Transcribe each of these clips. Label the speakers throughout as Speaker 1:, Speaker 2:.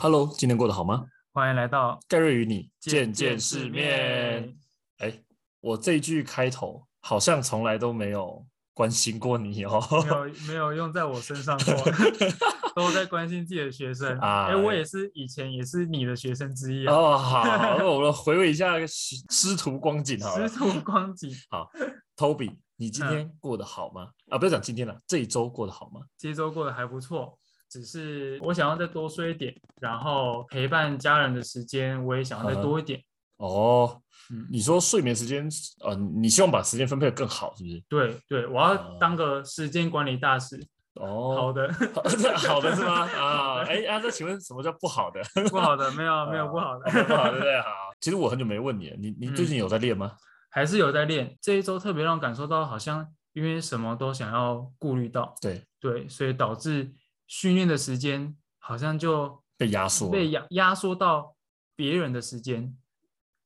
Speaker 1: Hello，今天过得好吗？
Speaker 2: 欢迎来到
Speaker 1: 盖瑞与你见见世面。。哎，我这一句开头好像从来都没有关心过你
Speaker 2: 没
Speaker 1: 哦。
Speaker 2: 有没有用在我身上过， 都在关心自己的学生。
Speaker 1: 啊
Speaker 2: 哎、我也是以前也是你的学生之一啊，
Speaker 1: 哦，好，那我们回味一下师师徒光景好
Speaker 2: 师
Speaker 1: 了。
Speaker 2: 徒光景。
Speaker 1: Toby，你今天过得好吗？啊，不要讲今天了，这一周过得好吗？
Speaker 2: 这一周过得还不错，只是我想要再多睡一点，然后陪伴家人的时间我也想要再
Speaker 1: 嗯
Speaker 2: 多一点。
Speaker 1: 哦，
Speaker 2: 嗯，
Speaker 1: 你说睡眠时间，呃，你希望把时间分配的更好，是不是？
Speaker 2: 对对，我要当个时间管理大师。好
Speaker 1: 哦，
Speaker 2: 的，
Speaker 1: 好的， 好的是吗？啊， 哎啊，那请问什么叫不好的？
Speaker 2: 不好的，没有没有不好的，
Speaker 1: 不好，对不对？好，其实我很久没问你了，你你最近有在练 吗？
Speaker 2: 还是有在练。这一周特别让我感受到，好像因为什么都想要顾虑到，
Speaker 1: 对，
Speaker 2: 对，所以导致训练的时间好像就
Speaker 1: 被压缩了，
Speaker 2: 被压压缩到别人的时间，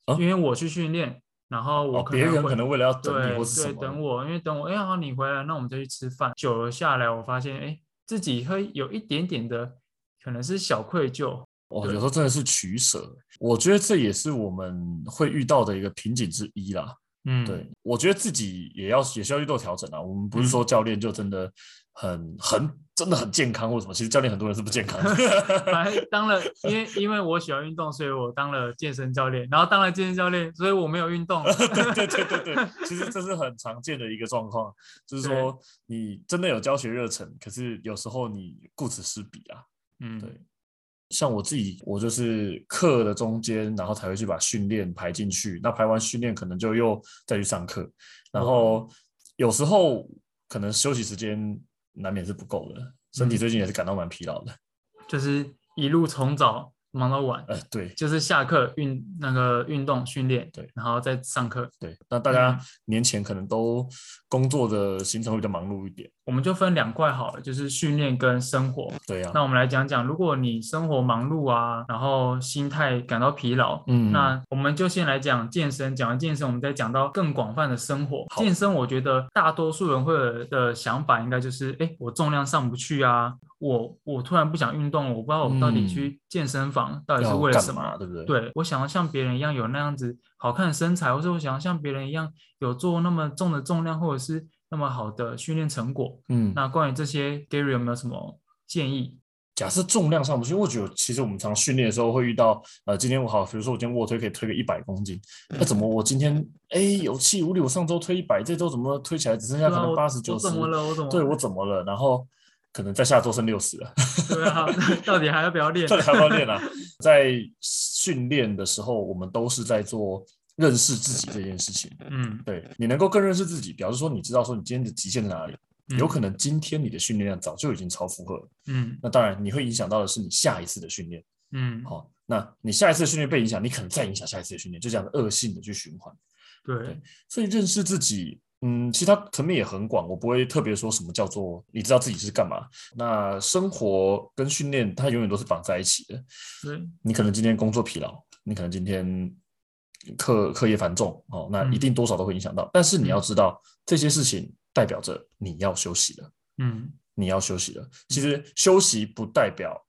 Speaker 1: 啊
Speaker 2: 因为我去训练，然后我
Speaker 1: 哦，
Speaker 2: 可
Speaker 1: 别
Speaker 2: 能
Speaker 1: 人
Speaker 2: 会
Speaker 1: 可能为了要等你
Speaker 2: 对
Speaker 1: 或是什
Speaker 2: 对
Speaker 1: 么，
Speaker 2: 等我，因为等我哎好你回来，那我们再去吃饭。久了下来，我发现哎自己会有一点点的可能是小愧疚，
Speaker 1: 哇，有
Speaker 2: 对
Speaker 1: 时候真的是取舍。我觉得这也是我们会遇到的一个瓶颈之一啦。
Speaker 2: 嗯，
Speaker 1: 对，我觉得自己也要也需要去做调整啊。我们不是
Speaker 2: 嗯
Speaker 1: 说教练就真的很很真的很健康或什么，其实教练很多人是不健 康的。
Speaker 2: 反正当了，因为因为我喜欢运动，所以我当了健身教练，然后当了健身教练，所以我没有运 动。
Speaker 1: 对对对对，其实这是很常见的一个状况，就是
Speaker 2: 对
Speaker 1: 说你真的有教学热忱，可是有时候你顾此失彼啊。
Speaker 2: 嗯，
Speaker 1: 对像我自己，我就是课的中间，然后才会去把训练排进去。那排完训练，可能就又再去上课。然
Speaker 2: 嗯
Speaker 1: 后有时候可能休息时间难免是不够的，身体
Speaker 2: 嗯
Speaker 1: 最近也是感到蛮疲劳的。
Speaker 2: 就是一路从早忙到晚，
Speaker 1: 呃，对
Speaker 2: 就是下课运那个运动训练，
Speaker 1: 对，
Speaker 2: 然后再上课。
Speaker 1: 对。那大家
Speaker 2: 嗯
Speaker 1: 年前可能都工作的行程会比较忙碌一点，
Speaker 2: 我们就分两块好了，就是训练跟生活。
Speaker 1: 对啊呀、
Speaker 2: 那我们来讲讲，如果你生活忙碌啊，然后心态感到疲劳，
Speaker 1: 嗯
Speaker 2: 那我们就先来讲健身。讲完健身，我们再讲到更广泛的生活。
Speaker 1: 好
Speaker 2: 健身，我觉得大多数人会有的想法应该就是，哎，我重量上不去啊，我我突然不想运动了，我不知道我到底
Speaker 1: 嗯
Speaker 2: 去健身房、到底是
Speaker 1: 要
Speaker 2: 为了
Speaker 1: 干
Speaker 2: 什么
Speaker 1: 嘛？。对不对？
Speaker 2: 对我想要像别人一样有那样子好看的身材，或者我想要像别人一样有做那么重的重量，或者是那么好的训练成果。
Speaker 1: 嗯。
Speaker 2: 那关于这些，Gary 有没有什么建议？
Speaker 1: 假设重量上不去，因为我觉得其实我们常训练的时候会遇到，呃，今天我好，比如说我今天卧推可以推个一百公斤，那怎么
Speaker 2: 嗯
Speaker 1: 我今天哎有气无力，我上周推一百，这周怎么推起来只剩下
Speaker 2: 对
Speaker 1: 可
Speaker 2: 啊，
Speaker 1: 能
Speaker 2: 我
Speaker 1: 八十
Speaker 2: 我
Speaker 1: 九十
Speaker 2: 怎？么了？我怎么
Speaker 1: 对我怎么了？然后可能在下周剩六十了，
Speaker 2: 对啊？ 到底还要 不要练？
Speaker 1: 到底还要不要 练啊？在训练的时候，我们都是在做认识自己这件事情。
Speaker 2: 嗯，
Speaker 1: 对你能够更认识自己，表示说你知道说你今天的极限在哪里，有可能今天你的训练量早就已经超负荷了。
Speaker 2: 嗯
Speaker 1: 那当然，你会影响到的是你下一次的训练。
Speaker 2: 嗯，
Speaker 1: 好、那你下一次的训练被影响，你可能再影响下一次的训练，就这样恶性的去循环。
Speaker 2: 对，
Speaker 1: 所以认识自己，嗯，其实它层面也很广，我不会特别说什么叫做你知道自己是干嘛。那生活跟训练，它永远都是绑在一起的。
Speaker 2: 对，
Speaker 1: 你可能今天工作疲劳，你可能今天课课业繁重，哦，那一定多少都会影响到。但是你要知道，这些事情代表着你要休息了，
Speaker 2: 嗯
Speaker 1: 你要休息了。其实休息不代表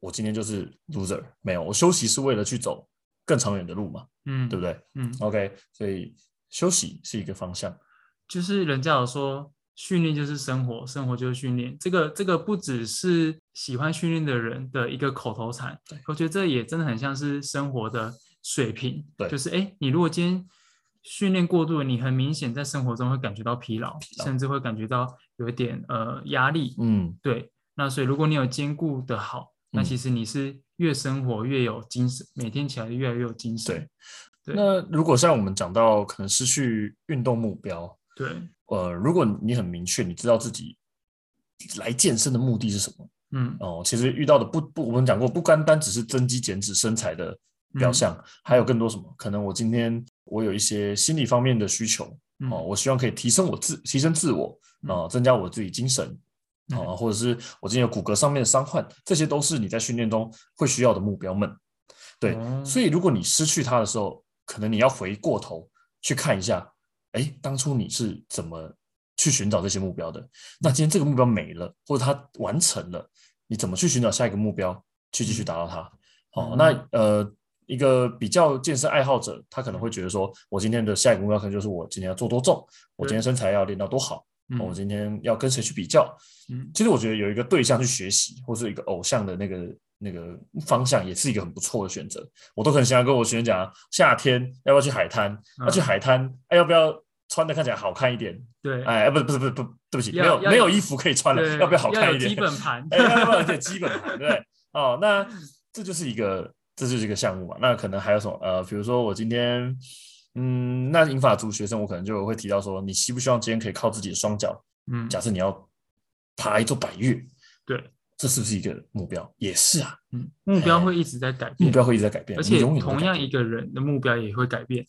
Speaker 1: 我今天就是 loser，没有，我休息是为了去走更长远的路嘛，
Speaker 2: 嗯，
Speaker 1: 对不对
Speaker 2: 嗯，
Speaker 1: ？OK，所以休息是一个方向。
Speaker 2: 就是人家有说，训练就是生活，生活就是训练。这个这个不只是喜欢训练的人的一个口头禅
Speaker 1: 对，
Speaker 2: 我觉得这也真的很像是生活的水平。
Speaker 1: 对
Speaker 2: 就是哎，诶你如果今天训练过度了，你很明显在生活中会感觉到疲劳，
Speaker 1: 劳
Speaker 2: 甚至会感觉到有一点呃压力。
Speaker 1: 嗯，
Speaker 2: 对，那所以如果你有兼顾的好，那
Speaker 1: 嗯
Speaker 2: 其实你是越生活越有精神，每天起来越来越有精神。对
Speaker 1: 那如果像我们讲到可能失去运动目标，
Speaker 2: 对，
Speaker 1: 呃，如果你很明确，你知道自己来健身的目的是什么
Speaker 2: 嗯
Speaker 1: 哦，其实遇到的不不，我们讲过，不单单只是增肌减脂身材的表
Speaker 2: 嗯
Speaker 1: 象，还有更多什么？可能我今天我有一些心理方面的需求
Speaker 2: 嗯
Speaker 1: 哦，我希望可以提升我自提升自我
Speaker 2: 嗯
Speaker 1: 啊、增加我自己精神。
Speaker 2: 嗯
Speaker 1: 啊、或者是我今天有骨骼上面的伤患，这些都是你在训练中会需要的目标们。对，
Speaker 2: 哦
Speaker 1: 所以如果你失去它的时候，可能你要回过头去看一下，哎，当初你是怎么去寻找这些目标的？那今天这个目标没了，或者它完成了，你怎么去寻找下一个目标去继续达到它？哦
Speaker 2: 嗯，
Speaker 1: 那呃，一个比较健身爱好者，他可能会觉得说，我今天的下一个目标可能就是我今天要做多重，我今天身材要练到多好，哦我
Speaker 2: 嗯
Speaker 1: 今天要跟谁去比较。
Speaker 2: 嗯
Speaker 1: 其实我觉得有一个对象去学习，或是一个偶像的那个那个方向，也是一个很不错的选择。我都很想要跟我学生讲啊，夏天要不要去海滩？
Speaker 2: 嗯
Speaker 1: 要去海滩，哎，要不要穿的看起来好看一点？
Speaker 2: 对，
Speaker 1: 哎，不是不是不是不，对不起，
Speaker 2: 要
Speaker 1: 没有
Speaker 2: 要
Speaker 1: 没有衣服可以穿了，
Speaker 2: 对
Speaker 1: 要不要好看
Speaker 2: 有
Speaker 1: 一点
Speaker 2: 基？本盘，
Speaker 1: 哎，要不要有点基本盘，对不对？哦，那这就是一个，这就是一个项目嘛。那可能还有什么？呃，比如说我今天，嗯，那英法族学生，我可能就会提到说，你希不希望今天可以靠自己的双脚？
Speaker 2: 嗯，
Speaker 1: 假设你要爬一座百岳，
Speaker 2: 对，
Speaker 1: 这是不是一个目标？也是啊，
Speaker 2: 嗯，目标会一直在改变，
Speaker 1: 目标会一直在改变，
Speaker 2: 而
Speaker 1: 你
Speaker 2: 且
Speaker 1: 永远会
Speaker 2: 同
Speaker 1: 改
Speaker 2: 样
Speaker 1: 变
Speaker 2: 一个人的目标也会改变。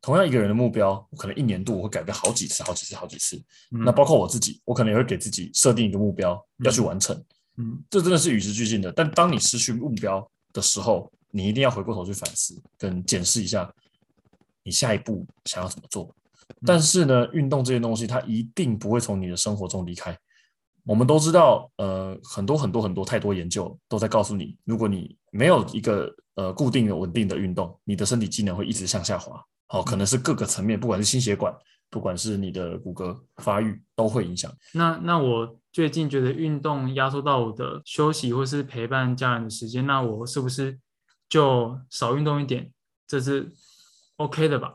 Speaker 1: 同样一个人的目标，我可能一年度我会改变好几次、好几次、好几次。
Speaker 2: 嗯
Speaker 1: 那包括我自己，我可能也会给自己设定一个目标要去完成。
Speaker 2: 嗯
Speaker 1: 这真的是与时俱进的。但当你失去目标的时候，你一定要回过头去反思跟检视一下，你下一步想要怎么做。但是呢，运动这些东西它一定不会从你的生活中离开。我们都知道，呃，很多很多很多太多研究都在告诉你，如果你没有一个呃固定的稳定的运动，你的身体机能会一直向下滑。好、可能是各个层面，不管是心血管，不管是你的骨骼发育，都会影响。
Speaker 2: 那那我最近觉得运动压缩到我的休息或是陪伴家人的时间，那我是不是就少运动一点？这是 OK 的吧？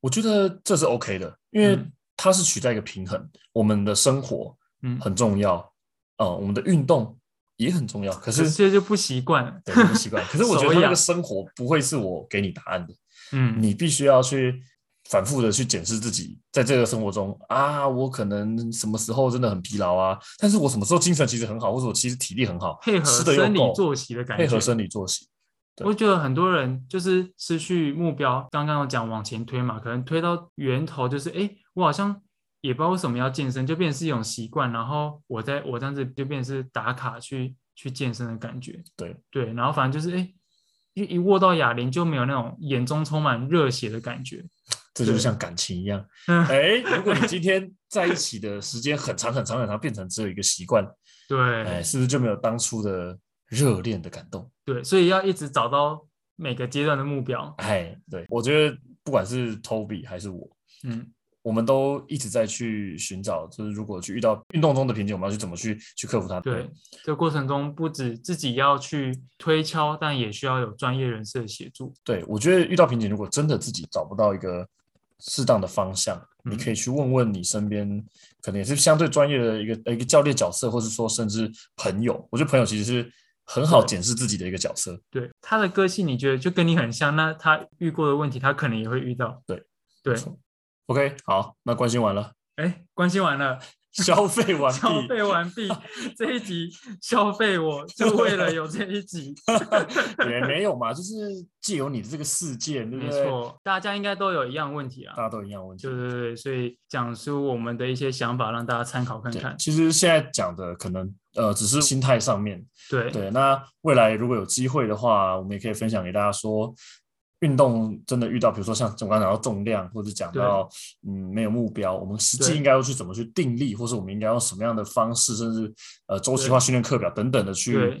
Speaker 1: 我觉得这是 OK 的，因为
Speaker 2: 嗯
Speaker 1: 它是取在一个平衡。我们的生活
Speaker 2: 嗯，
Speaker 1: 很重要，呃，我们的运动也很重要，可
Speaker 2: 可
Speaker 1: 是
Speaker 2: 是就不习惯。
Speaker 1: 对不习惯。可是我觉
Speaker 2: 手
Speaker 1: 得那
Speaker 2: 痒
Speaker 1: 个生活不会是我给你答案的，
Speaker 2: 嗯，
Speaker 1: 你必须要去反复的去检视自己在这个生活中啊，我可能什么时候真的很疲劳啊，但是我什么时候精神其实很好，或者我其实体力很好，
Speaker 2: 配合
Speaker 1: 吃的又
Speaker 2: 生理
Speaker 1: 够，
Speaker 2: 作息的感觉。
Speaker 1: 配合生理作息，对
Speaker 2: 我觉得很多人就是失去目标，刚刚有讲往前推嘛，可能推到源头就是，哎，我好像也不知道为什么要健身，就变成是一种习惯，然后我在我这样子就变成是打卡去去健身的感觉。
Speaker 1: 对
Speaker 2: 对，然后反正就是，哎，一一握到哑铃就没有那种眼中充满热血的感觉。
Speaker 1: 这就是
Speaker 2: 对
Speaker 1: 像感情一样。
Speaker 2: 嗯
Speaker 1: 哎，如果你今天在一起的时间很长很长很长，变成只有一个习惯，哎，
Speaker 2: 对
Speaker 1: 是不是就没有当初的热恋的感动？
Speaker 2: 对，所以要一直找到每个阶段的目标。
Speaker 1: 哎，对，我觉得不管是 Toby 还是我，
Speaker 2: 嗯
Speaker 1: 我们都一直在去寻找，就是如果去遇到运动中的瓶颈，我们要去怎么去去克服它？
Speaker 2: 对，这过程中不止自己要去推敲，但也需要有专业人士的协助。
Speaker 1: 对，我觉得遇到瓶颈，如果真的自己找不到一个适当的方向，
Speaker 2: 嗯
Speaker 1: 你可以去问问你身边可能也是相对专业的一个一个教练角色，或是说甚至朋友。我觉得朋友其实是很好
Speaker 2: 对
Speaker 1: 检视自己的一个角色。
Speaker 2: 对他的个性，你觉得就跟你很像，那他遇过的问题，他可能也会遇到。
Speaker 1: 对
Speaker 2: 对，
Speaker 1: OK，好，那关心完了，
Speaker 2: 哎，关心完了，
Speaker 1: 消费完
Speaker 2: 消
Speaker 1: 毕，
Speaker 2: 费完 毕，这一集消费我就为了有这一 集，
Speaker 1: 也没有嘛，就是借由你的这个世界，对不
Speaker 2: 没
Speaker 1: 对？
Speaker 2: 错，大家应该都有一样问题
Speaker 1: 大
Speaker 2: 啊。
Speaker 1: 家都一样的问题
Speaker 2: 对。对对，所以讲出我们的一些想法，让大家参考看
Speaker 1: 对
Speaker 2: 看。
Speaker 1: 其实现在讲的可能呃，只是心态上面。
Speaker 2: 对
Speaker 1: 对，那未来如果有机会的话，我们也可以分享给大家说，运动真的遇到，比如说像我刚刚讲到重量，或者讲到嗯没有目标，我们实际
Speaker 2: 对
Speaker 1: 应该要去怎么去定力，或是我们应该用什么样的方式，甚至呃周期化训练课表等等的去
Speaker 2: 对，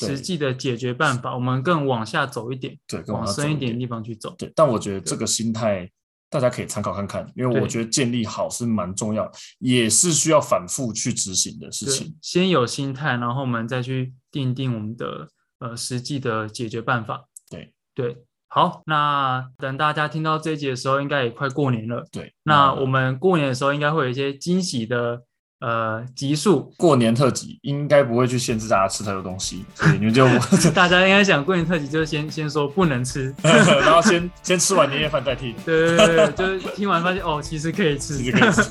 Speaker 1: 对
Speaker 2: 实际的解决办法，我们更往下走一点，
Speaker 1: 对跟
Speaker 2: 往
Speaker 1: 往下走
Speaker 2: 深一点的
Speaker 1: 点。
Speaker 2: 地方去走。
Speaker 1: 对，但我觉得这个心态大家可以参考看看，因为我
Speaker 2: 对
Speaker 1: 觉得建立好是蛮重要，也是需要反复去执行的事情
Speaker 2: 对。，先有心态，然后我们再去定定我们的呃实际的解决办法。
Speaker 1: 对
Speaker 2: 对，好，那等大家听到这一集的时候，应该也快过年了。
Speaker 1: 对，，
Speaker 2: 那我们过年的时候应该会有一些惊喜的呃集数
Speaker 1: 过年特辑应该不会去限制大家吃太多东西，所以你们就
Speaker 2: 大家应该想过年特辑就先先说不能吃，
Speaker 1: 然后先先吃完年夜饭再听，
Speaker 2: 对对对 对，就是听完发现哦，其实可以吃
Speaker 1: 其。实可 以吃。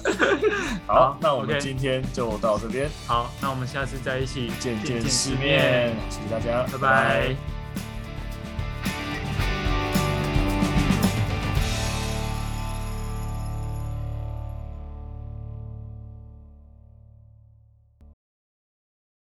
Speaker 1: 好
Speaker 2: 好，
Speaker 1: 那我们
Speaker 2: OK
Speaker 1: 今天就到这边，
Speaker 2: 好，那我们下次再一起
Speaker 1: 见
Speaker 2: 见
Speaker 1: 见世
Speaker 2: 世
Speaker 1: 面，谢谢大家，
Speaker 2: 拜拜